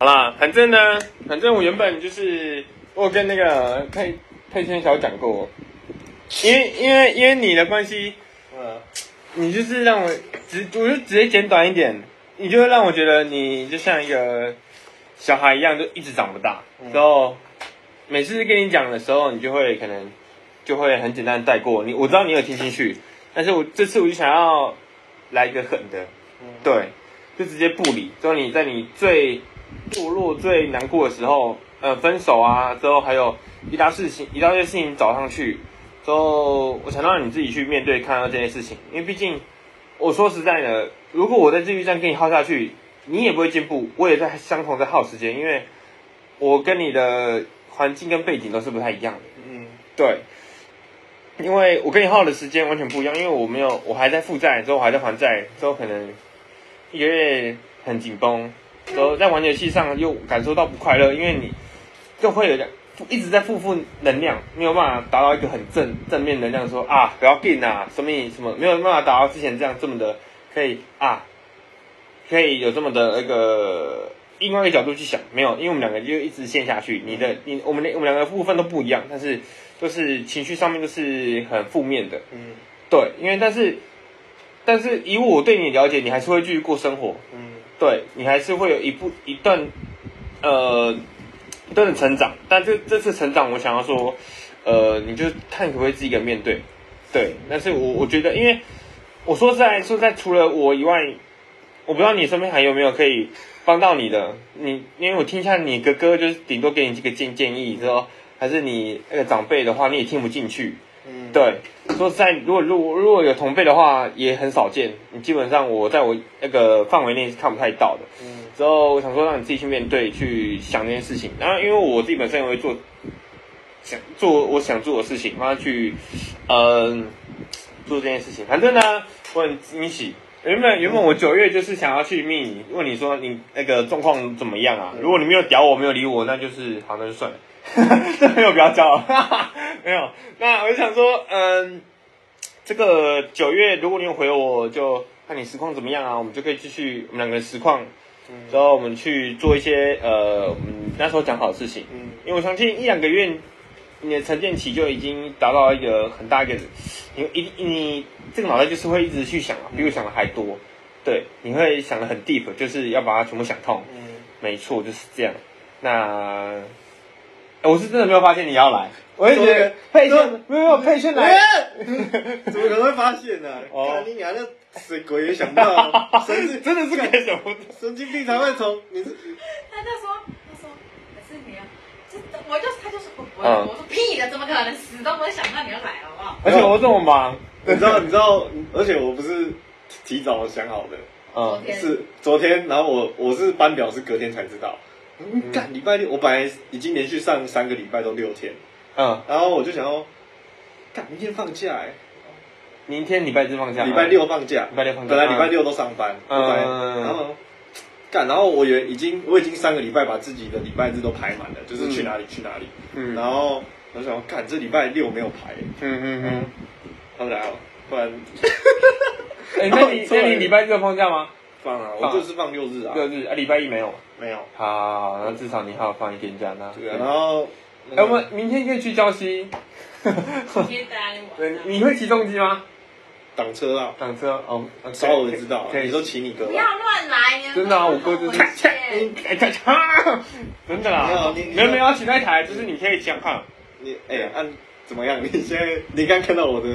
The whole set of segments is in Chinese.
好啦，反正呢，反正我原本就是我有跟那个佩佩千小讲过，因为因为因为你的关系，嗯，你就是让我直，我就直接简短一点，你就会让我觉得你就像一个小孩一样，就一直长不大。嗯然后每次跟你讲的时候，你就会可能就会很简单地带过你。我知道你有听进去，但是我这次我就想要来一个狠的，嗯，对，就直接不理。之后你在你最堕落、最难过的时候，呃，分手啊，之后还有一大事情、一大堆事情找上去，之后我想让你自己去面对、看到这件事情，因为毕竟我说实在的，如果我在地狱站跟你耗下去，你也不会进步，我也在相同在耗时间，因为我跟你的环境跟背景都是不太一样的。嗯，对，因为我跟你耗的时间完全不一样，因为我没有，我还在负债，之后我还在还债，之后可能一个月很紧绷，之后在玩游戏上又感受到不快乐，因为你就会有点一直在负负能量，没有办法达到一个很正正面能量说，啊不要病啊，什么什么没有办法达到之前这样这么的可以啊，可以有这么的那个另外一个角度去想，没有，因为我们两个就一直陷下去，你的你我们的我们两个部分都不一样，但是就是情绪上面就是很负面的，嗯，对，因为但是但是以我对你的了解，你还是会继续过生活，嗯，对你还是会有一步一段，呃，一段的成长。但这这次成长，我想要说，呃，你就看可不可以自己一个人面对。对，但是我我觉得，因为我说实在说实在，除了我以外，我不知道你身边还有没有可以帮到你的。你因为我听一下你哥哥，就是顶多给你这个建建议之后，还是你那个长辈的话，你也听不进去。嗯，对，说实在，如果如果如果有同辈的话，也很少见。你基本上我在我那个范围内是看不太到的。嗯，之后我想说让你自己去面对，去想这件事情。然后因为我自己本身也会做想做我想做的事情，然后去嗯、做这件事情。反正呢，我很惊喜。原本原本我九月就是想要去密你，问你说你那个状况怎么样啊？如果你没有屌我，没有理我，那就是好，那就算了，这没有不要交了，哈哈没有。那我就想说，嗯，这个九月如果你有回我，就看你实况怎么样啊，我们就可以继续我们两个人实况嗯，之后我们去做一些呃，我们那时候讲好的事情，嗯，因为我相信一两个月，你的沉淀期就已经达到一个很大一个，你一你这个脑袋就是会一直去想啊，嗯比我想的还多，对，你会想的很 deep，就是要把它全部想通，嗯，没错，就是这样。那呃我是真的没有发现你要来，我就觉得佩说炫没有没有佩炫来，哎怎么可能会发现呢？哦看你娘的，死鬼也想到，神经真的是干什么？神经病才会从你是他就说，他说可是你要，这我就他就说我不会，嗯我说屁的，怎么可能，死都不会想到你要来，好不好？而且我这么忙，你知道，你知道，而且我不是提早想好的，嗯天是昨天，然后我我是班表是隔天才知道。嗯，干礼拜六，我本来已经连续上三个礼拜都六天，嗯，然后我就想要，干明天放假哎、明天礼拜日放假，礼拜六放假礼，拜六放假，本来礼拜嗯六都上班，嗯我本来然后干，然后我也已经我已经三个礼拜把自己的礼拜日都排满了，就是去哪里去哪里，嗯然后我想干这礼拜六没有排、嗯嗯嗯。后来哦，不然 哎，那你错那了你礼拜六放假吗？放啊，放我啊就是放六日啊，六日啊，礼拜一没有。没有。好，那至少你还有放一天假那。对啊，然后，哎，我们明天可以去礁溪。 今天带你玩对啊，，你会骑重机吗？挡车啊，挡车哦，OK，稍微知道啊，可以你说骑你哥不吧，要乱来，你真的啊，我哥 就是是，哎咔嚓真的没啦有，你你没有没有要骑那台，就是你可以想看，你哎，按、怎么样？你 现在你刚看到我的，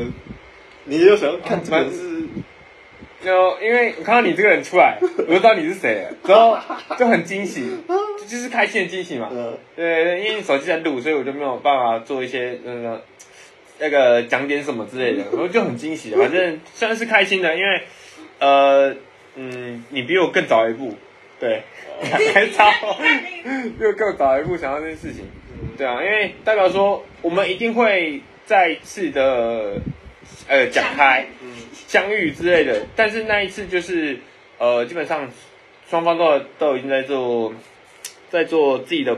你就哦想要看这个是，就因为我看到你这个人出来，我就知道你是谁了，之后就很惊喜，这就是开心的惊喜嘛。呃，对，因为手机在录，所以我就没有办法做一些那个那个讲点什么之类的，我就很惊喜。反正虽然是开心的，因为呃嗯，你比我更早一步，对，还早，比我更早一步想到这件事情。对啊，因为代表说我们一定会再次的呃讲开嗯，相遇之类的，但是那一次就是呃基本上双方都都已经在做在做自己的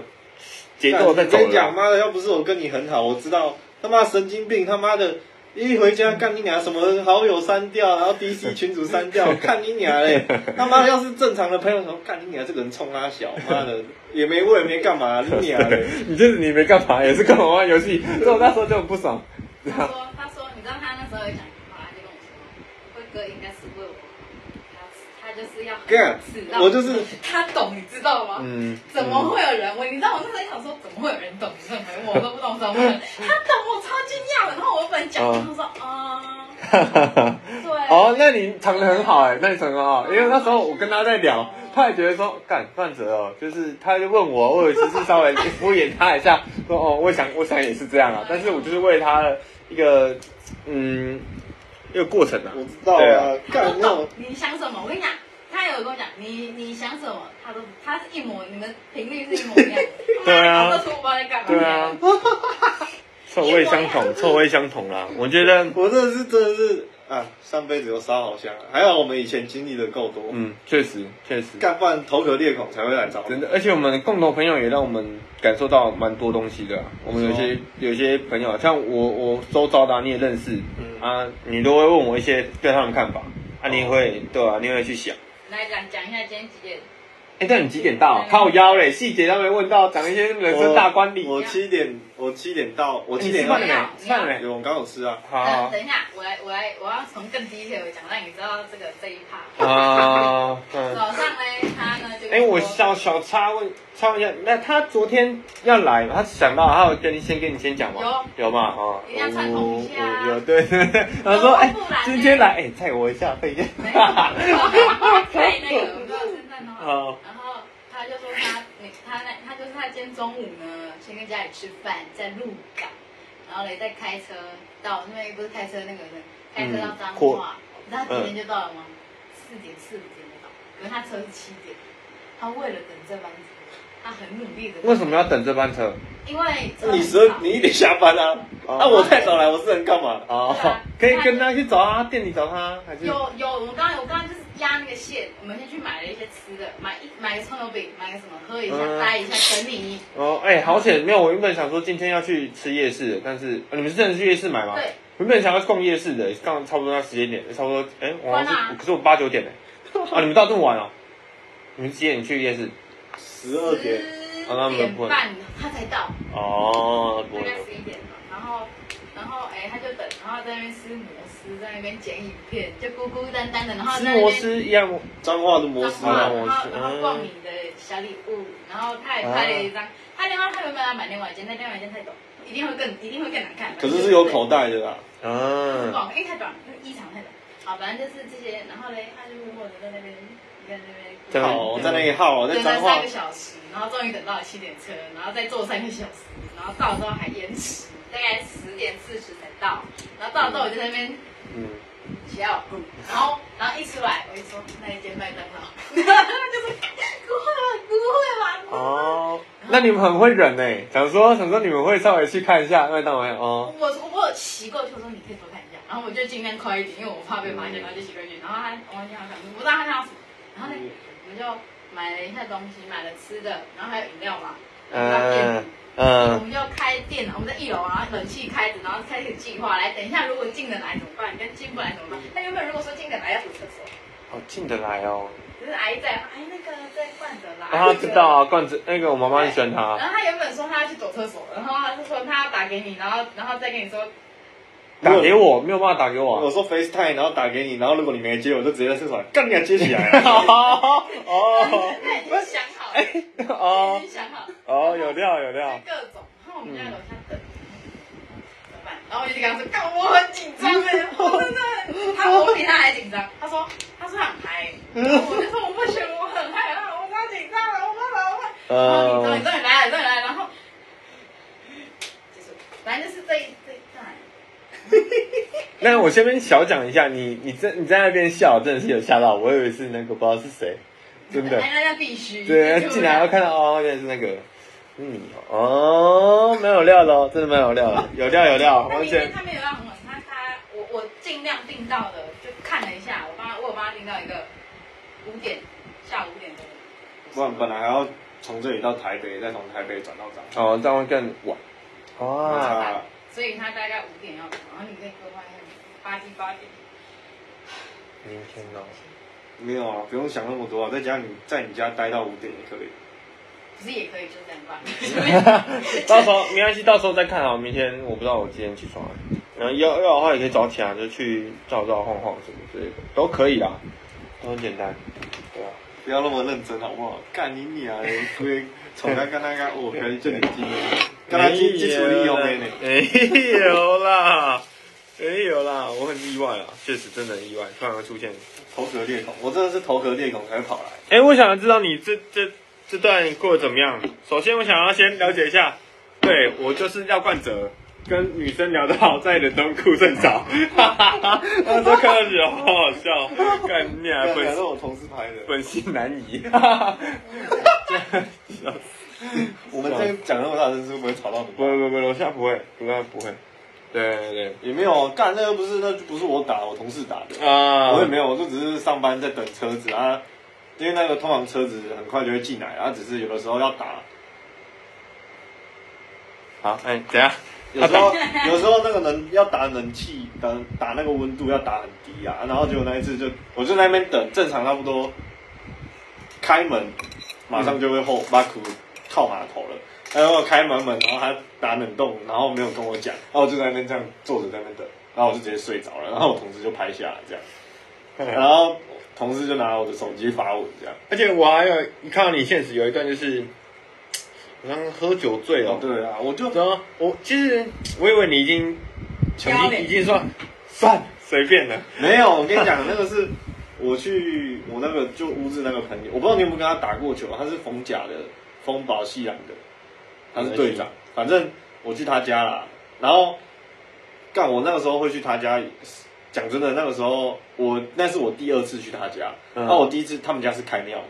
节奏在干走跟你了讲，啊。妈的，要不是我跟你很好，我知道他妈神经病，他妈的，一回家干你娘，什么好友删掉，然后 DC 群主 删掉，看你娘嘞！他妈要是正常的朋友说，干你娘这个人冲他小，妈的也没问没干嘛，你娘 嘞！你就是你没干嘛，也是跟我玩游戏， 所以我那时候就很不爽。他说他说，你知道他那时候也想他就跟我说，辉哥应该是为我好，他他就是要干知道我就是他懂，你知道吗？嗯，怎么会有人问？你知道我那时候也想说，怎么会有人懂这种人？我都不懂怎么会有人。他懂，我超惊讶的。然后我本来讲，嗯他说，啊，嗯？对。哦，那你藏得很好哎、那你藏得很好，因为那时候我跟他在聊，他也觉得说，干范哲哦，就是他就问我，我也只是稍微敷衍他一下，说哦，我想我想也是这样啊，但是我就是为他的一个嗯一个过程啊我，知道对啊啊，他干不那种懂你想什么。我跟你讲，他有跟我讲，你你想什么，他都他是一模，你们频率是一模一样的。 对啊他都出不知道在干嘛。对 啊，，臭味相同，臭味相同啦，我觉得我真的是真的是啊，上辈子有烧好香啊，还好我们以前经历的够多，嗯，确实确实。干不然头壳裂孔才会来找我。真的，而且我们共同朋友也让我们感受到蛮多东西的啊、我们有些有些朋友啊，像我我周遭的啊、你也认识，嗯啊，你都会问我一些对他们看法，啊，你也会对啊，你也会去想。来讲讲一下今天几点？哎，但你几点到？靠腰嘞，细节都没问到，讲一些人生大观理。我七点，我七点到，我七你点吃到饭了。没？吃饭了没？有，我刚有吃啊。好呃好等一下，我来我来我要从更 detail 讲，让你知道这个这一趴。好啊，嗯。早上呢，他呢就哎，我笑。小小插问插问一下，那他昨天要来吗？他想到，他有跟你先跟你先讲吗？有嘛哦，一定要串通一下啊有对对对，然后说哎不然呢今天来哎载我一下，费劲。没有，太那个，我到深圳 好，哦。然后他就说他你他那他就是他今天中午呢，先跟家里吃饭，在鹿港，然后嘞再开车到那边，不是开车那个人，开车到彰化，你知道他几点就到了吗？四点四五点就到，可是他车是七点，他为了等这班车，他很努力的。为什么要？等这班车？因为车那你很十二少，你一点下班啊？哦那我太早来，我是能干嘛？哦对啊，可以跟他去找他店里找他，还是有有，我刚刚我刚刚就是压那个线，我们先去买了一些吃的，买一买个葱油饼，买个什么，喝一下，嗯待一下，等你。哦哎好险没有，我原本想说今天要去吃夜市，但是哦你们是真的去夜市买吗？对，原本想要逛夜市的，刚好差不多那时间点，差不多，哎、我好像关了是，啊可是我八九点哎、啊，你们到这么晚哦、你们几点去夜市？十二点，十哦那没有点不能半他才到，哦，大概十一点吧。然后，然后哎、他就等，然后在那边吃摩斯，在那边剪影片，就孤孤单单的，然后吃在那摩边斯一样，彰化的摩斯彰化啊的，摩然后斯然后逛你的小礼物，然后他也拍了一啊张，他另外他原本要买另外一件，但另外一件太短，一定会更一定会更难看。可是是有口袋的啦。不嗯，懂，因为太短，因为衣长太短。好，反正就是这些，然后嘞，他就默默的在那边，一个人对在那边，好，我在那里耗，我在等彰了化三个。小时，然后终于等到了七点车，然后再坐三个小时，然后到的时候还延迟，大概十点四十才到，然后到了之后我就在那边嗯，洗好布，然后然后一出来我就说那一间麦当劳，然后他 就是不会吧，不会吧，哦，那你们很会忍哎、想说想说你们会稍微去看一下麦当劳哦，我我有骑过去，我说你可以多看一下，然后我就尽量快一点，因为我怕被发现，然后就骑过去，然后他我完全好看，我不知道他想要什么，然后呢，我们就买了一下东西，买了吃的，然后还有饮料嘛，然后店里呃嗯嗯我，们就开电脑，我们在一楼，然后冷气开着，然后开始计划来。等一下，如果进得来怎么办？跟进不来怎么办？那原本如果说进得来要堵厕所，好进得来哦，只是阿姨在，阿姨那个在惯着啦。啊，知道。啊，罐子那个我妈妈很喜欢他，然后他原本说他要去走厕所，然后他就说他要打给你，然后然后再跟你说，打给我没有办法打给我啊我，说 FaceTime，然后打给你，然后如果你没接，我就直接在厕所干你娘接起来啊。 哦哦他已经想好了，他已哦经想好了，哦，有料有料就。各种。然后我们就在楼下等。怎么办？然后我就跟他说，干，我很紧张哎，我真的很，他我比他还紧张。他说，他说他很嗨，我就说我不行，我很害怕，我超紧张了，我怕怕，我怕。然后你终于呃，终于来了，终于来了，然后结束，反正就是这一这一段。那我先边小讲一下，你你在你在那边笑，真的是有吓到我，我以为是那个不知道是谁，真的哎，，那那必须。对，进来要看到哦，原来是那个是你哦，哦，蛮有料的哦，真的蛮有料的，有料有料，他完明天全他没有让我很他他我我尽量订到的，就看了一下，我帮我有帮他订到一个五点下午五点钟。 不然本来还要从这里到台北，再从台北转到彰化。哦，这样会更晚没差哇，啊所以他大概五点要走，然后你可以规划一下八点八点。明天哦，没有啊，不用想那么多啊，在家你在你家待到五点也可以。可是也可以就这样吧。 到时候没关系，到时候再看啊。明天我不知道我几点起床啊，然后要要的话也可以早起啊，就去照照晃晃什么之类的都可以啦，都很 简单，对吧、不要那么认真好不好？干你娘的！龟从那干那个，我感觉哦就你今天，干哎他基基础利用的呢。没有啦，没有啦，我很意外啦，啊确实真的很意外，突然会出现。头壳裂孔，我真的是头壳裂孔才会跑来。哎、我想知道你这这这段过得怎么样？首先，我想要先了解一下，对我就是廖冠哲，跟女生聊得好，在冷冻库正常，哈哈哈， 那这看上去好好笑，干你娘本来本是我同事拍的。本性难移， 哈哈哈，我们这样讲那么大声，是不是不会吵到你？不不不，楼下不会，楼下不会，对对对，也没有干，那又不是，那就不是我打，我同事打的。啊、我也没有，我就只是上班在等车子啊，因为那个通常车子很快就会进来，啊，只是有的时候要打，好，哎、怎样？ 有时候有时候那个冷要打冷气，打打那个温度要打很低啊，然后结果那一次就我就在那边等，正常差不多开门马上就会后巴库靠码头了。然后开门门，然后他打冷冻，然后没有跟我讲，然后我就在那边这样坐着在那边等，然后我就直接睡着了，然后我同事就拍下来这样，然后同事就拿我的手机发我这样，哎而且我还有看到你现实有一段就是，好像喝酒醉了、哦，对啊，我就然后我其实我以为你已经已要经已经说算随便了， 没有，我跟你讲，那个是 我去我那个就乌日那个朋友，我不知道你有没有跟他打过球，他是冯甲的，丰宝西兰的，他是队长。反正我去他家啦，然后干我那个时候会去他家，讲真的，那个时候我那是我第二次去他家，嗯然后我第一次他们家是开庙的，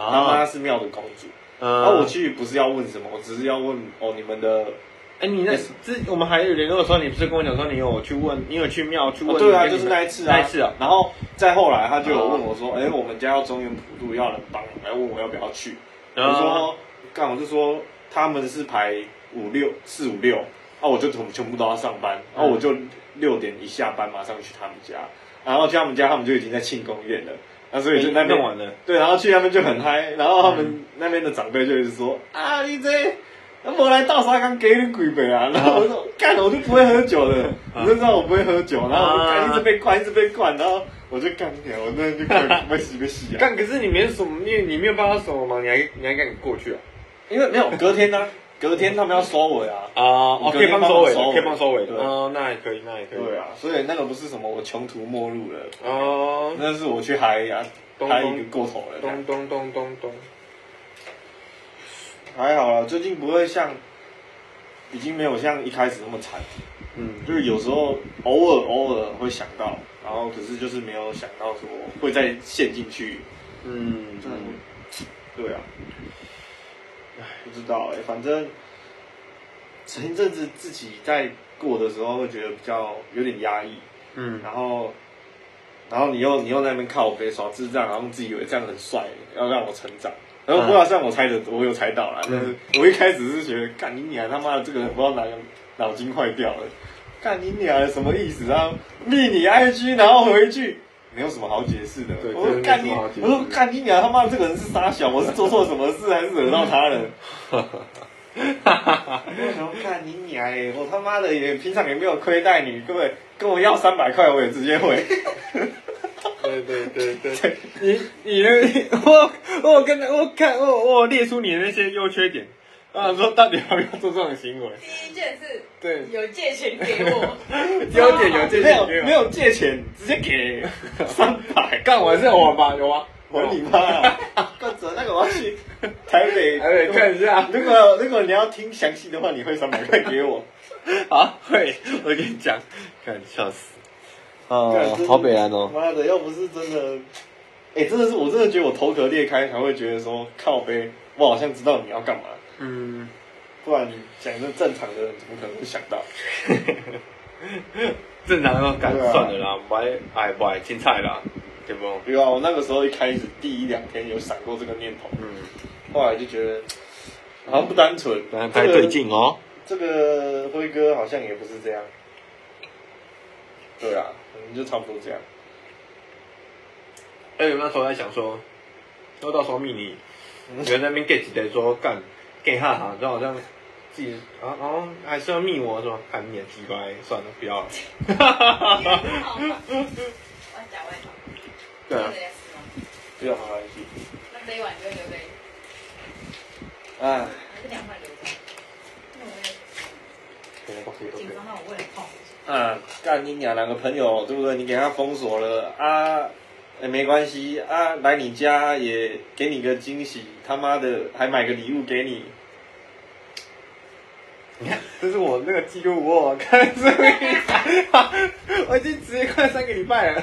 他妈，是庙的公主，然后啊呃我，去不是要问什么，我只是要问哦你们的哎，你那之我们还有联络的时候，你不是跟我讲说你有去问，你有去庙去问哦，你对跟你们，啊，就是那一次啊，那一次啊，然后再后来，他就有问我说：“哎、我们家要中原普渡，要人帮，来问我要不要去。”我然后说：“干，我就说他们是排五六四五六，啊，我就全全部都要上班，嗯然后我就六点一下班马上去他们家，然后去他们家，他们就已经在庆功宴了，那所以就那边哎弄完了，嗯对，然后去他们就很嗨，然后他们那边的长辈就一直说、啊，你这我来倒沙缸给你鬼鬼嗯啊！然后我说干，我就不会喝酒的，你就知道我不会喝酒，然嗯后我就干一直被灌，一直被灌，然后我就干掉，我那就干， 被洗被洗啊！干，可是你没什么，你你没有帮他什么忙，你还你还敢过去啊？因为没有隔天呢、隔天他们要收尾啊。啊，哦，可以帮收尾的，可以帮收尾的，对哦，那也可以，那也可以，对啊，所以那个不是什么我穷途末路了，哦，那是我去嗨啊，咚嗨一个过头了这样。咚咚咚咚咚，还好啦，最近不会像，已经没有像一开始那么惨。嗯，就是有时候偶尔偶尔会想到，然后可是就是没有想到说会再陷进去。嗯嗯，对啊，唉，不知道哎、反正前一阵子自己在过的时候会觉得比较有点压抑，嗯，然后然后你又你又在那边靠背耍智障，然后自己以为这样很帅，要让我成长。然后不知道像我猜的，我有猜到啦，但是我一开始是觉得，干你娘他妈的这个人不知道哪个脑筋坏掉了，干你娘的什么意思啊？密你 IG，然后回去。没有什么好解释的。对我说真的没干什你，么好解释我说干你娘！他妈的这个人是傻小，我是做错什么事还是惹到他了？ 我想说干你娘哎！我他妈的也平常也没有亏待你，各位跟我要三百块，我也直接回。对对对对，你你那 我我跟我看我我列出你的那些优缺点，我想说到底要不要 做这种行为？第一件事，对，有借钱 给我，优点有这啊没些有没有借钱，直接给三百， 干我是我吧哦有吗？我 你妈啊！冠哲，那个我要去台 北，哎，对看一下如果如果你要听详细的话，你会三百块给我。啊会，我跟你 讲，看笑死。干啊真是！妈的，要不是真的，哎、真的是我真的觉得我头壳裂开才会觉得说靠背，我好像知道你要干嘛，嗯，不然你讲这正常的人怎么可能会想到？正常哦，干对啊算了啦，不爱哎不爱青菜啦，对不？对啊，我那个时候一开始第一两天有闪过这个念头，嗯，后来就觉得好像不单纯，不太对劲哦。这个辉哥好像也不是这样。对啊，可能就差不多这样。哎、我那时候在想说，说到时候密你，有人在那边 get 的说干 get 哈哈，就好像自己啊哦还是要密我是吧？看你也奇怪，算了不要 了。好吧我要讲外头，对啊这，个也是哦不要麻烦你。那这一碗就留给，哎，还是两碗留着。因 为啊我们公司我都可也紧以张到我胃很痛，啊，干你俩两个朋友，对不对？你给他封锁了啊，哎，没关系啊，来你家也给你个惊喜，他妈的还买个礼物给你，你看，这是我那个记录，我看这个，我已经直接快三个礼拜了。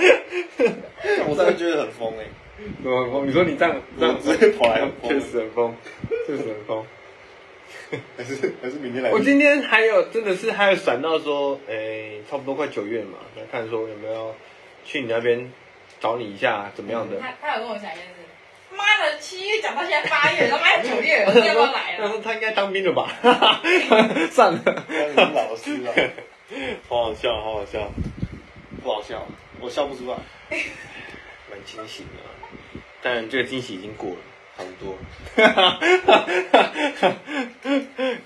我真的觉得很疯哎、怎么很疯？你说你这样这样我直接跑来很疯确实很疯，确实很疯。 还是还是明天来。 我今天还有真的是还有闪到说，诶，差不多快九月嘛，来看说有没有去你那边找你一下怎么样的。他他有跟我讲一件事，妈的，七月讲到现在八月，他妈的九月了，要不要来啊他了？说他应该当兵了吧？ 算了，天老师啊， 好好笑，好好笑， 不好笑，我笑不出来。蛮惊喜的啊。但这个惊喜已经过了，差不多。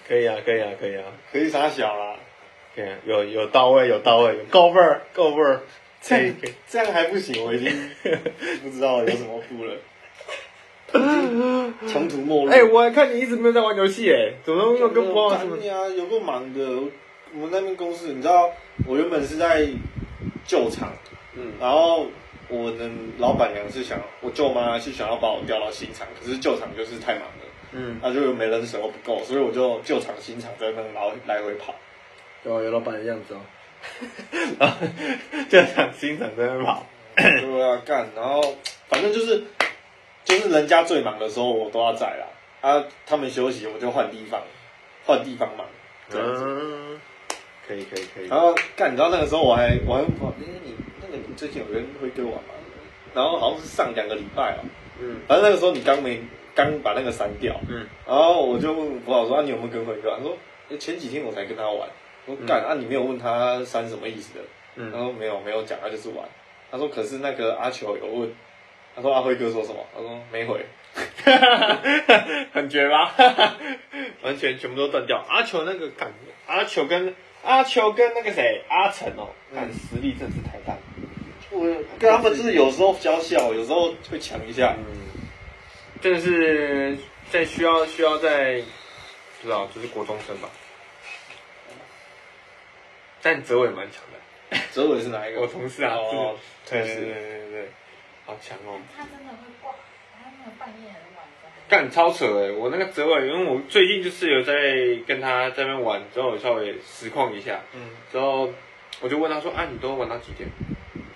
可以啊，可以啊，可以啊，可以傻小啦，可以啊，有有到位，有到位，有够味儿，够味 儿。这可以样可以这样还不行，我已经不知道有什么不了，穷途末路。 哎、我看你一直没有在玩游戏，哎，怎么又跟不我到什么？你啊，有够忙的。我们那边公司，你知道，我原本是在旧厂，嗯然后我的老板娘是想，我舅妈是想要把我调到新厂，可是旧厂就是太忙了，嗯，那就没人手又不够，所以我就旧厂新厂在那边来回来回跑。有有老板的样 子哦。然后就想欣赏在那跑，对啊，干，然后反正就是就是人家最忙的时候我都要在啦，啊，他们休息我就换地方，换地方忙这样子。嗯，可以可以可以然。后干，你知道那个时候我还我还问我，哎、你那个你最近有跟辉哥玩吗？然后好像是上两个礼拜哦、嗯反正那个时候你刚没刚把那个删掉，嗯，然后我就问我老说啊，你有没有跟辉哥玩？他说诶前几天我才跟他玩。我说干、啊，你没有问他删什么意思的？他嗯说没有没有讲，他就是玩。他说可是那个阿球有问，他说阿辉哥说什么？他说没回。 很绝吧？完全全部都断掉。阿球那个感，阿球跟阿球跟那个谁阿成哦，感嗯实力真是太大。我跟他们就是有时候交笑，有时候会抢一下。嗯，真的是在需要需要在，不知道就是国中生吧。但泽伟蛮强的，哲伟是哪一个？我同事啊，哦这个对对对对对对，好强哦！他真的会挂，他那个半夜很晚的。干超扯哎！我那个泽伟，因为我最近就是有在跟他在那边玩，之后稍微实况一下，嗯，之后我就问他说：“啊，你都玩到几点？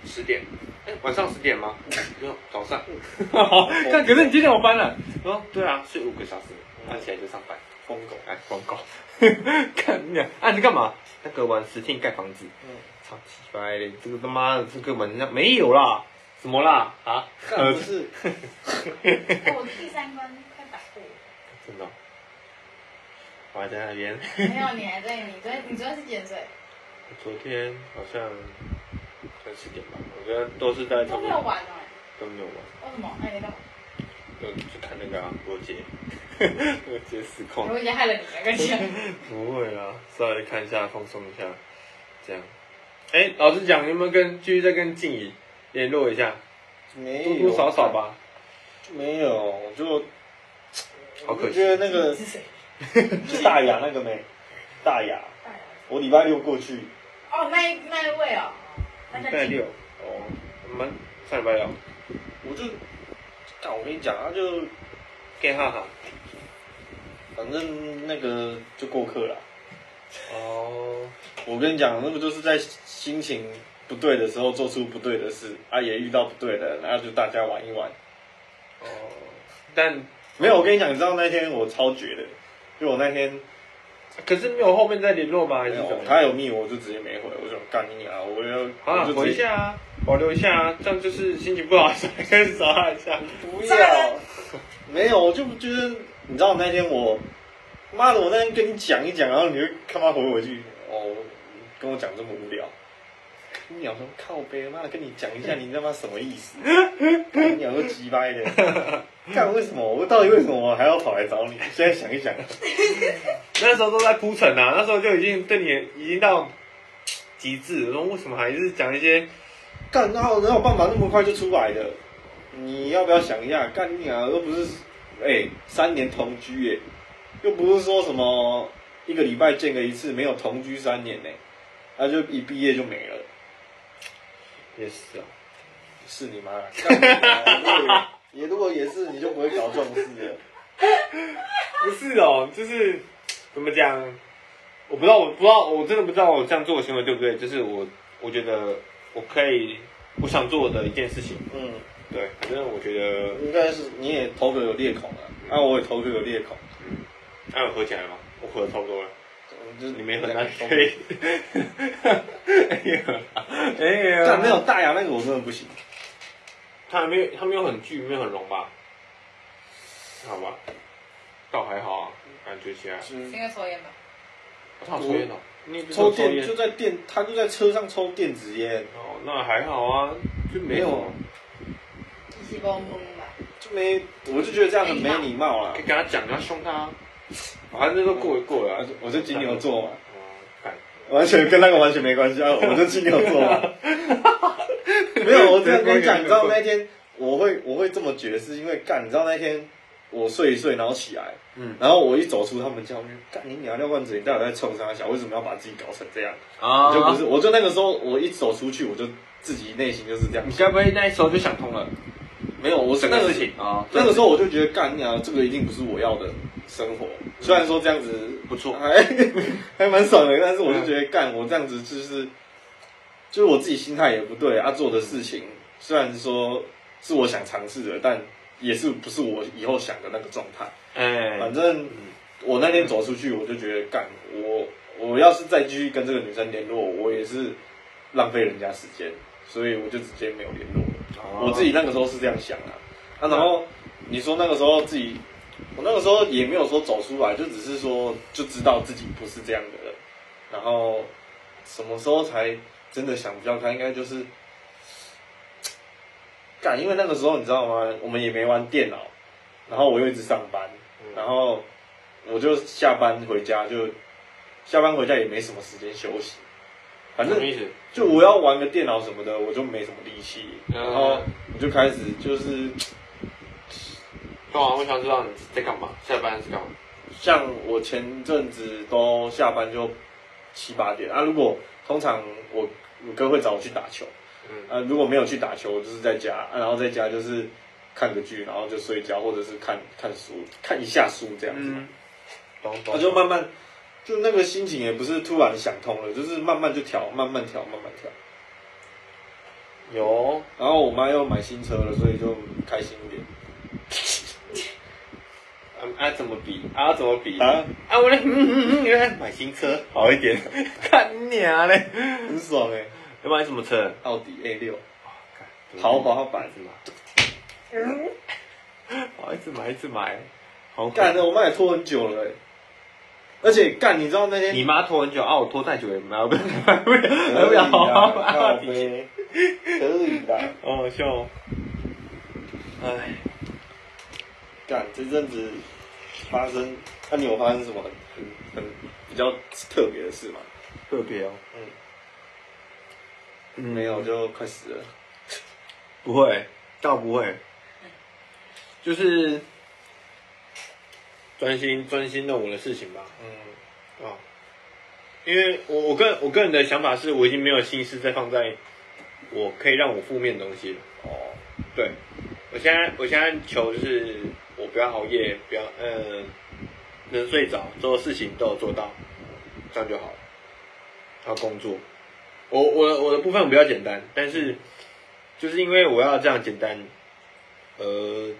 十点？哎，晚上十点吗？没有，早上。嗯 但可是你今天我翻了。我说：“对啊，睡五个小时，那起来就上班。”嗯疯狗。哎，广告， 看你啊！啊，你干嘛？那个玩十天盖房子，嗯，操鸡巴嘞！这个他妈的，这个玩家没有啦，什么啦？啊？干不是，我哦第三关快打过了。 真的哦、我还在那边。没有，你还在，你昨天你昨天是几点睡？昨天好像三四点吧，我觉得都是在都他没们有玩哦、都没有玩，为什么？哎，你干嘛？就就看那个啊，罗杰，罗杰实况。我已经害了你了，跟你讲。不会啦，稍微看一下，放松一下，这样。哎，老实讲，你有没有跟继续再跟静怡联络一下？没多有多少少，吧。没有，我就好可惜我就觉得那 个是谁？就大雅那个没，大雅，大姚我礼拜六过去。 哦，那一那一位哦，那叫礼拜六，哦，我们上礼拜六我就，但我跟你讲，他就给哈哈。反正那个就过客了。哦，我跟你讲，那不就是在心情不对的时候做出不对的事啊，也遇到不对的，然后就大家玩一玩。哦，但没有，我跟你讲，你知道那天我超绝的，就我那天可是没有后面再联络吗？还是没怎有么，样？他有密我，我就直接没回，我就干你啊，我要啊，我就回直一接下啊，保留一下啊，这样就是心情不好的时候可以找他一下。 不 渣男要，没有，我就觉得，你知道那天我妈的，我那天跟你讲一讲，然后你就 他妈回我一句，哦，跟我讲这么无聊。你鸟说靠背，妈的跟你讲一下，你他妈什么意思？干你鸟都鸡掰的，干为什么？我到底为什么我还要跑来找你？现在想一想，那时候都在铺陈啊，那时候就已经对你已经到极致，然后为什么还是讲一些干哪有哪有办法那么快就出来的？你要不要想一下？干你啊，又不是哎、三年同居哎、又不是说什么一个礼拜见个一次，没有同居三年呢、那就一毕业就没了。也是啊，是你妈！干你啊你如果 也是，你就不会搞这种事了。不是哦，就是怎么讲，我不知道，我不知道，我真的不知道我这样做的行为对不对？就是我我觉得我可以我想做的一件事情，嗯，对，反正我觉得应该是你也头壳有裂孔啊，啊，我也头壳有裂孔，那有合起来吗？我合的差不多了，嗯就是你没合，两那个头可以。 哎呀，哎呀但没有，大牙那个我真的不行，他还没有，他没有很巨，没有很隆吧？好吧，倒还好啊，感觉起来。就是应该抽烟吧？我操，抽烟哦，你也不是抽有电烟就在电，他就在车上抽电子烟，哦，那还好啊，就没有啊，一起帮蒙吧。就没，我就觉得这样很没礼貌啊啦可以。跟他讲，跟他凶他啊，反正都过一过了啊。我是金牛座嘛，哦干完全跟那个完全没关系啊，我是金牛座嘛。没有，我这样跟你讲，你知道那天我会我会这么觉得，是因为干，你知道那天我睡一睡，然后起来，嗯然后我一走出他们家，我就干你娘尿罐子，你到底在冲啥小？为什么要把自己搞成这样？啊我就不是，我就那个时候我一走出去，我就自己内心就是这样你，该不会那时候就想通了没有，我是整那个个事情啊？那个时候我就觉得干你娘，这个一定不是我要的生活。虽然说这样子不错，还 还蛮爽的，但是我就觉得干我这样子就是，就是我自己心态也不对啊，做的事情虽然说是我想尝试的，但也是不是我以后想的那个状态。哎，反正我那天走出去，我就觉得干我我要是再继续跟这个女生联络，我也是浪费人家时间，所以我就直接没有联络了。我自己那个时候是这样想的、啊，然后你说那个时候自己，我那个时候也没有说走出来，就只是说就知道自己不是这样的人，然后什么时候才真的想比较开，应该就是，干，因为那个时候你知道吗？我们也没玩电脑，然后我又一直上班，然后我就下班回家就，下班回家也没什么时间休息，反正什么意思？就我要玩个电脑什么的，我就没什么力气，嗯然后我就开始就是干啊嘛？我想知道你在干嘛，下班是干嘛？像我前阵子都下班就七八点啊，如果通常我我哥会找我去打球，嗯啊，如果没有去打球，我就是在家，啊、然后在家就是看个剧，然后就睡觉，或者是看看书，看一下书这样子，嗯，懂那、就慢慢就那个心情也不是突然想通了，就是慢慢就调，慢慢调，慢慢调。有然后我妈又买新车了，所以就开心一点。嗯，啊怎么比啊怎么比啊，啊我嘞嗯嗯嗯，原来买新车好一点， 看你啊嘞，很爽哎、要买什么车？奥迪 A 六豪好华版。子嘛，好一直买一直买，好干的，我妈也拖很久了、欸，而且干，你知道那天你妈拖很久啊，我拖太久也买不了，买不了，买可不以了啊，豪华靠版。 背可以的。好好笑哦！哎，干，这阵子发生，那、你有发生什么很很很比较特别的事吗？特别哦。嗯，没有，就快死了。不会，倒不会，就是专心专心弄我的事情吧。嗯啊，因为我我个我个人的想法是我已经没有心思再放在我可以让我负面的东西了。哦，对，我现在我现在求就是我不要熬夜，不要呃能睡着，做事情都有做到，这样就好了。还有工作，我我的我的部分比较简单，但是就是因为我要这样简单，呃，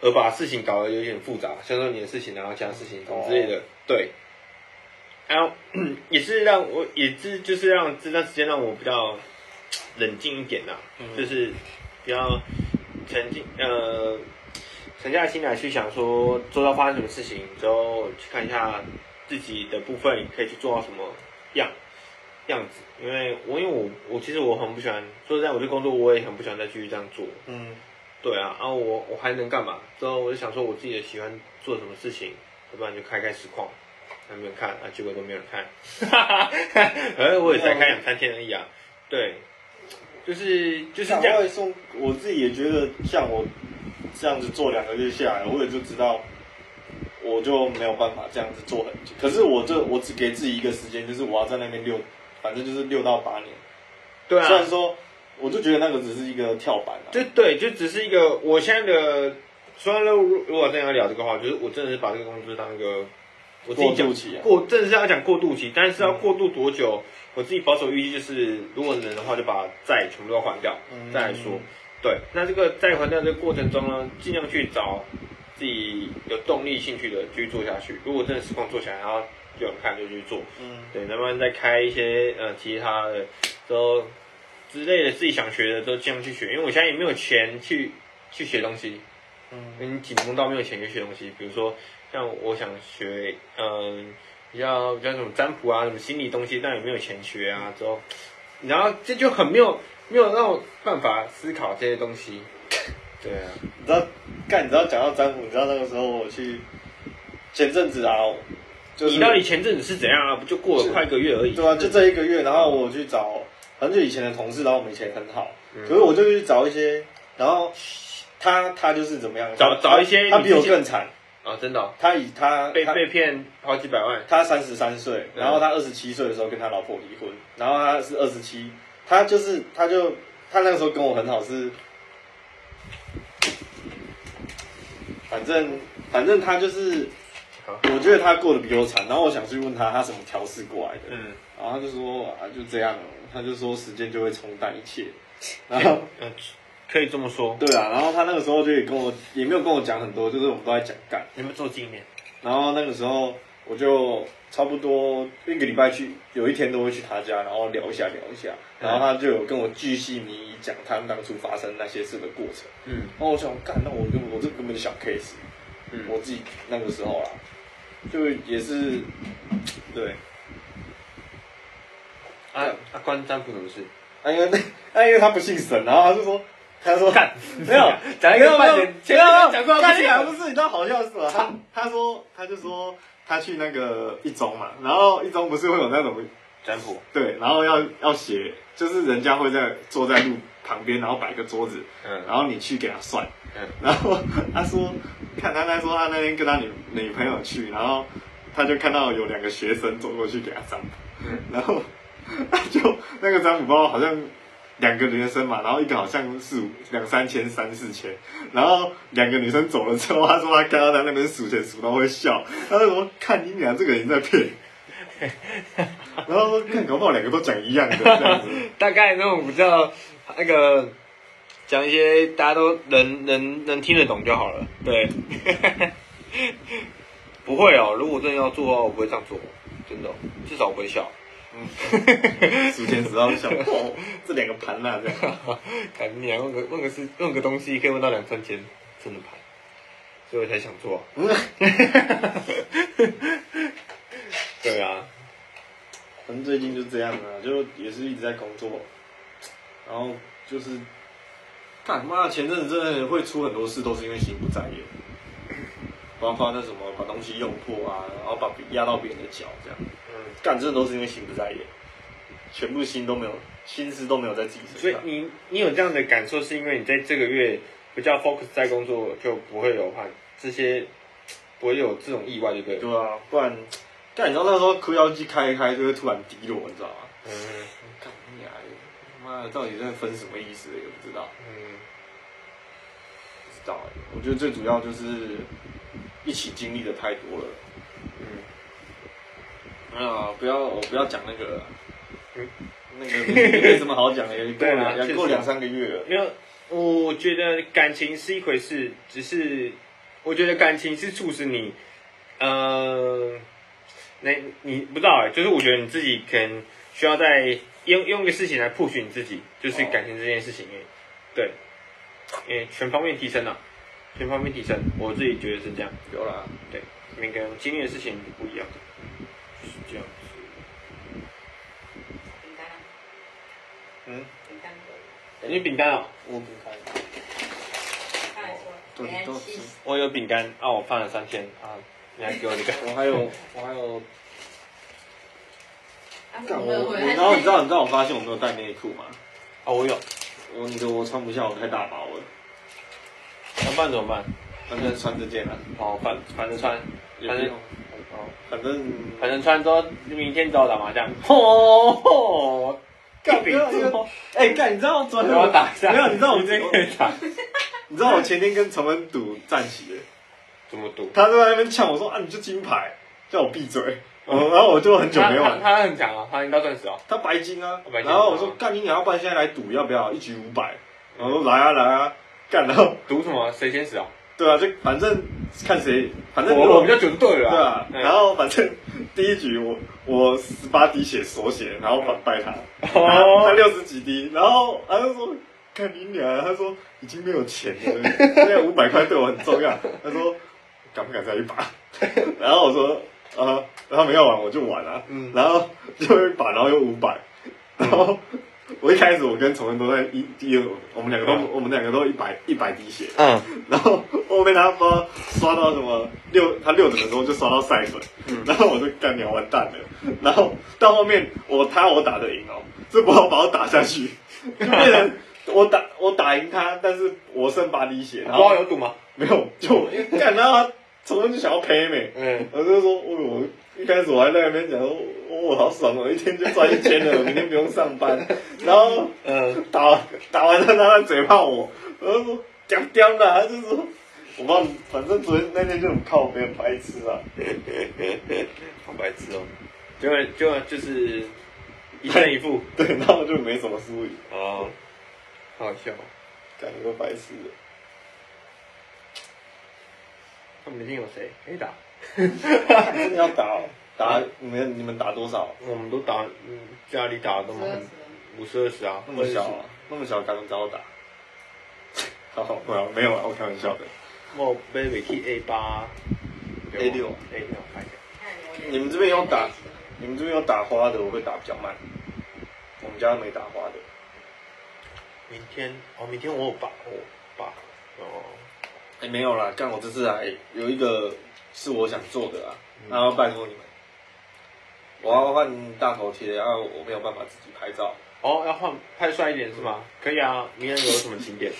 而把事情搞得有点复杂，像说你的事情，然后其他事情什么之类的，对。然后 也是让我，也是就是让这段时间让我比较啊冷静一点呐、嗯就是比较沉浸呃沉下心来去想说周遭发生什么事情之后，去看一下自己的部分可以去做到什么样样子。因为我因为我我其实我很不喜欢，说实在，我对工作我也很不喜欢再继续这样做。嗯对啊，然、后我我还能干嘛？之后我就想说我自己的喜欢做什么事情，要不然就开开实况，还没有人看啊，结果都没有人看， 哈哈哈，而我也才开两三天而已啊，对，就是就是像这样，外送，我自己也觉得像我这样子做两个月下来，我也就知道，我就没有办法这样子做很久。可是我这我只给自己一个时间，就是我要在那边六，反正就是六到八年。对啊，虽然说，我就觉得那个只是一个跳板啊。就对，就只是一个我现在的，虽然如如果真的要聊这个话，就是我真的是把这个工作当一个我自己过讲渡期啊嗯过，真的是要讲过渡期，但是要过渡多久，我自己保守预计就是，如果能的话就把债全部都还掉，嗯再来说。对，那这个债还掉这个过程中呢，尽量去找自己有动力、兴趣的继续做下去。如果真的实况做起来，然后有人看就去做，嗯，对，那么再开一些呃其他的都之类的自己想学的都尽量去学，因为我现在也没有钱去去学东西，嗯你紧绷到没有钱去学东西，比如说像我想学嗯、比较比较什么占卜啊什么心理东西，但也没有钱学啊，之后然后这就很没有没有那种办法思考这些东西，对啊，你知道，干，你知道讲到占卜，你知道那个时候我去前阵子啊，就是你到底前阵子是怎样啊？不就过了快一个月而已，对啊，就这一个月，然后我去找很久以前的同事，然后我们以前很好，嗯可是我就去找一些，然后他他就是怎么样，找他找一些他你比我之前更惨，啊，真的哦、他以他被他被骗好几百万，他三十三岁，嗯然后他二十七岁的时候跟他老婆离婚，然后他是二十七，他就是他就他那个时候跟我很好是，反正反正他就是好，我觉得他过得比我惨，然后我想去问他他怎么调试过来的，嗯。然后他就说啊就这样，他就说时间就会冲淡一切，然后嗯，可以这么说。对啊，然后他那个时候就也跟我也没有跟我讲很多，就是我们都在讲干，你们做纪念，然后那个时候我就差不多一个礼拜去，有一天都会去他家，然后聊一下聊一下，然后他就有跟我巨细靡遗讲他们当初发生那些事的过程。嗯然后我想，干，那我根本我这根本就小 case，嗯，我自己那个时候啦，就也是对，啊啊，关占卜什么事？啊因为那啊因为他不信神，然后他就说。他说干 没有，讲一个半年没有没有前面讲过干不信你还神不是你知道好笑是吧？他他说他就说他去那个一中嘛，然后一中不是会有那种占卜，对，然后要要写，就是人家会在坐在路旁边，然后摆个桌子，嗯然后你去给他算。嗯然后他说，看他那说他那天跟他女女朋友去，然后他就看到有两个学生走过去给他占卜，嗯然后他就那个占卜包好像两个女生嘛，然后一个好像是五两三千、三四千，然后两个女生走了之后，他说他看到他那边数钱数到会笑，他就说看你俩这个人在骗。然后说看搞不好两个都讲一样的这样子，大概那种比较那个，讲一些大家都能能能听得懂就好了。 对，不会哦，如果真的要做的话，我不会这样做，真的哦，至少我不会笑。数钱数到笑，哦，这两个盘呐、这样。赶紧弄个弄个是弄个东西可以问到两三千，真的盘，所以我才想做、啊。嗯对啊，反正最近就这样啊，就也是一直在工作，然后就是，干妈前阵子真的会出很多事，都是因为心不在焉，包括那什么把东西用破啊，然后把别压到别人的脚这样，嗯，干这都是因为心不在焉，全部心都没有，心思都没有在自己所身以上。你你有这样的感受，是因为你在这个月比较 focus 在工作，就不会有怕这些，不会有这种意外，对不对？对啊，不然，但你知道那时候哭腰机开一开就会突然低落，你知道吗？嗯干你娘的，他妈的到底在分什么意思也不知道。嗯，不知道哎、我觉得最主要就是一起经历的太多了。嗯没有啊，不要我不要讲那个了，嗯那个没什么好 讲的，也过对啊两也确过实两三个月了。因为我觉得感情是一回事，只是我觉得感情是促使你，呃，那你不知道哎、就是我觉得你自己可能需要在用用一个事情来 push 你自己，就是感情这件事情，哎对，因为全方面提升了、全方面提升。我自己觉得是这样，有啦，对，每个人经历的事情是不一样的，是这样子。饼干啊，嗯，饼干，你饼干哦，我不开。他来说，哦对饼干都是七十我有饼干啊，我放了三天啊，你还给我这个，我还有，我还有，啊干我我没有我，回来然后你知道你知道我发现我没有带内裤吗？啊，我有，我你的我穿不下，我太大包了，那不然怎么办？反正穿这件了，啊哦，反反正穿，也不反正用，哦，反正反正穿之后，明天找我打麻 将。哦，干不要我哎，干、你知道昨天要打一下，没有？你知道我今天可以打，你知道我前天跟陈文赌战旗的，怎么赌？他就在那边呛我说啊，你就金牌，叫我闭嘴。嗯，然后我就很久没哦他玩，他他很强啊，他赢到钻石哦。他白金啊他白，金然后我说干你娘，要不然现在来赌要不要一局五百？然后说来啊来啊，干，然后赌什么？谁先死啊？对啊，就反正看谁，反正如我我果比较久就对了对啊啊。，然后反正第一局我我十八滴血锁血，然后反败他，他 哦，六十几滴，然后他就说看你娘，他说已经没有钱了，现在五百块对我很重要，他说敢不敢再一把？ 然后我说啊，然后没有玩我就玩啊，嗯然后就一把，然后又五百，然后我一开始我跟崇文都在一一，我们两个都我们两个都一百一百滴血，嗯，然后后面他不知道刷到什么六，他六等的时候就刷到赛粉，然后我就干娘完蛋了。然后到后面我他我打得赢哦，这波把我打下去，就变成我打我打赢他，但是我剩八滴血，然不后有赌吗？没有就干，然后他从头就想要赔没，嗯，我就说，我我一开始我还在那边讲说，我、哦、好爽哦，一天就赚一千了，我明天不用上班，然后。嗯，打完打完他拿他嘴炮我，然后说屌屌的，他就说，我忘，反正昨天那天就很靠别人白痴啊，好白痴哦。结果结果就是一胜一负，对，然后就没什么输赢，哦，好笑哦。感觉白痴的。他们明天有谁可以打？真的要打哦、打你们你们打多少？我们都打，嗯，家里打的嘛，二十，五十二十啊，那么小、啊，那么小敢找我打？好好，没有没有啊，我开玩笑的。我被 v T A 八 A 六 A 六哎拍的，看我有你们这边有打你们这边有打花的，我会打比较慢。我们家没打花的，明天哦，明天我有把我把哦，哎、没有啦，干我这次来有一个是我想做的啊，嗯然后拜托你们，我要换大头贴，然后我没有办法自己拍照，哦，要换拍帅一点是吗？可以啊，明天有什么景点？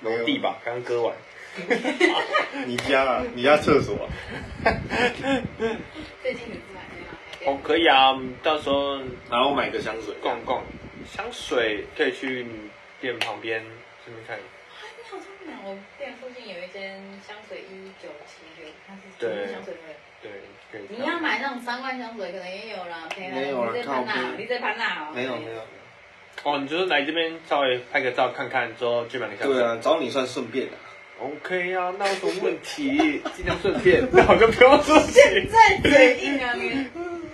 农地吧，刚割完。你家啊，你家厕所、啊，最近你是买没买？哦，可以啊，到时候然后买个香水，逛逛。香水可以去店旁边顺便看，你好聪明啊！我店附近有一间香水一九七六，它是全部香水味。对，可以。你要？买那种三罐香水，可能也有啦。陪没有啦啊你在攀靠哪？背你在攀哪哦？没有没有，哦，你就是来这边稍微拍个照看看，之后去买个香水。对啊，找你算顺便的、啊， OK 啊，那有什么问题？尽量顺便， 那我就不用说起。在嘴硬啊你！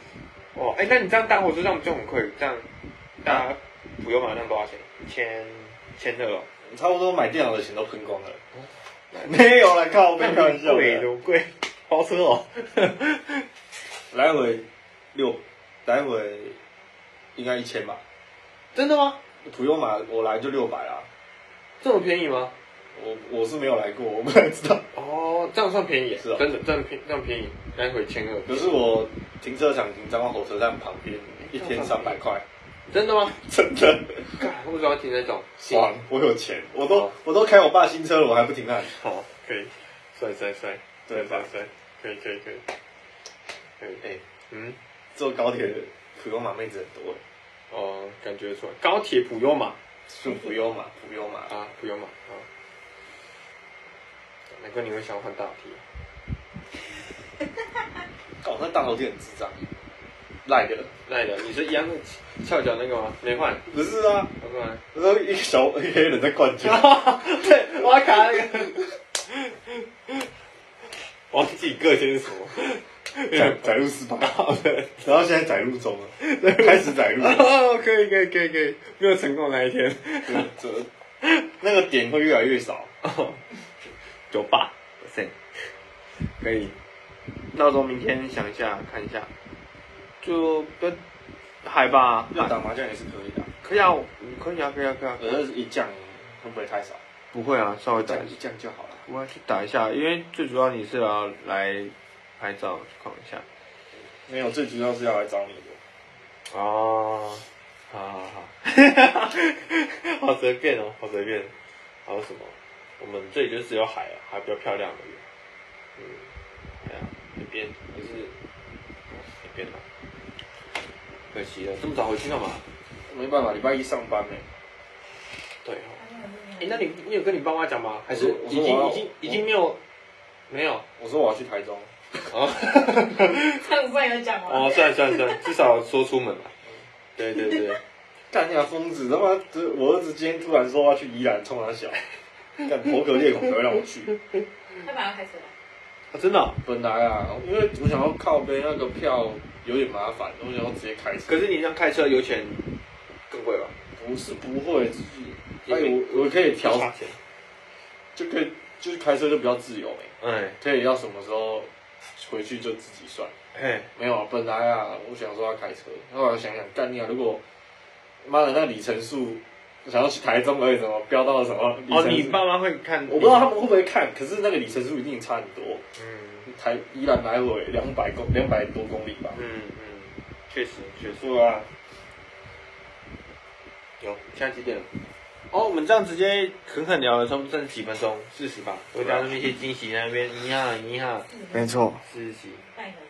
哦，哎、那你这样搭火车这样不就很贵？这样搭普悠玛那样多少钱？一千千二哦，你差不多买电脑的钱都喷光了，哦没有啦，靠，没开玩笑贵的，多贵，包车哦。 来回六，来回应该一千吧，真的吗？普悠玛我来就六百啊，这么便宜吗？我我是没有来过，我不太知道。哦，这样算便宜耶，是哦真的，这样便这样便宜，来回千二，可是我停车场停彰化火车站旁边，一天三百块，真的吗？ 真的干，为什么要停那种？爽！我有钱，我都我都开我爸新车了，我还不停那里？好，可以，帅帅帅，对帅吧？帅，可以可以可以，可以，哎，嗯，坐高铁的普悠玛妹子很多，哦，感觉出来，高铁普悠玛。是普悠玛，普悠玛。啊，不用嘛，啊。难怪你会想换大题。搞那大头贴很智障，赖的。那的，你是一样的翘脚那个吗？没换，不是啊，我过来。那时候一个小黑人在灌 酒， 对，我要卡那个。 忘记各先什么。载载入十 八，好的。然后现在载入中了，开始 载入了。哦， 可以可以可以可以，没有成功那一天。这这那个点会越来越少。哦，九八 percent，可以。到时候明天想一下看一下，就跟海吧，要打麻将也是可以的，可以啊，可以啊，可以啊，可以啊，可是一降会不会太少？不会啊，稍微打降一一下，降就好了。我要去打一下，因为最主要你是要来拍照看一下。没有，最主要是要来找你的。哦，好好好， 好随便哦，好随便。还有什么？我们这里就只有海了，海比较漂亮而已。嗯，对啊，那边也是那边了。可惜了，这么早回去干嘛？没办法，礼拜一上班呢、对哦。哎、那你你有跟你爸妈讲吗？还是我已说经我要已经已经没有没有？我说我要去台中， 哦上不然有讲完。哦，算了算了算了，至少说出门了。对对 对，干你俩疯子！他妈，这我儿子今天突然说要去宜兰冲他小，干头壳裂孔才会让我去。他马上开始了。啊、真的哦、 本来啊，因为我想要靠边那个票有点麻烦，我想要直接开车。可是你像开车油钱更贵吧？不是不会，自己也哎没我我可以调，差钱。就可以就是开车就比较自由哎、哎可以要什么时候回去就自己算。嘿，没有啊，本来啊，我想说要开车，后来想想，干你啊！如果妈的那里程数，想要去台中而已，怎么飙到什么里程哦，数你爸妈会看？我不知道他们会不会看，可是那个里程数一定差很多。嗯台宜兰来回两百公两百多公里吧。嗯嗯，确实确实对啊，有。现在几点了？哦，我们这样直接狠狠聊了，差不多剩几分啊钟，四十吧。我加上那些惊喜在那边，一下一下，没错。四十几。半个。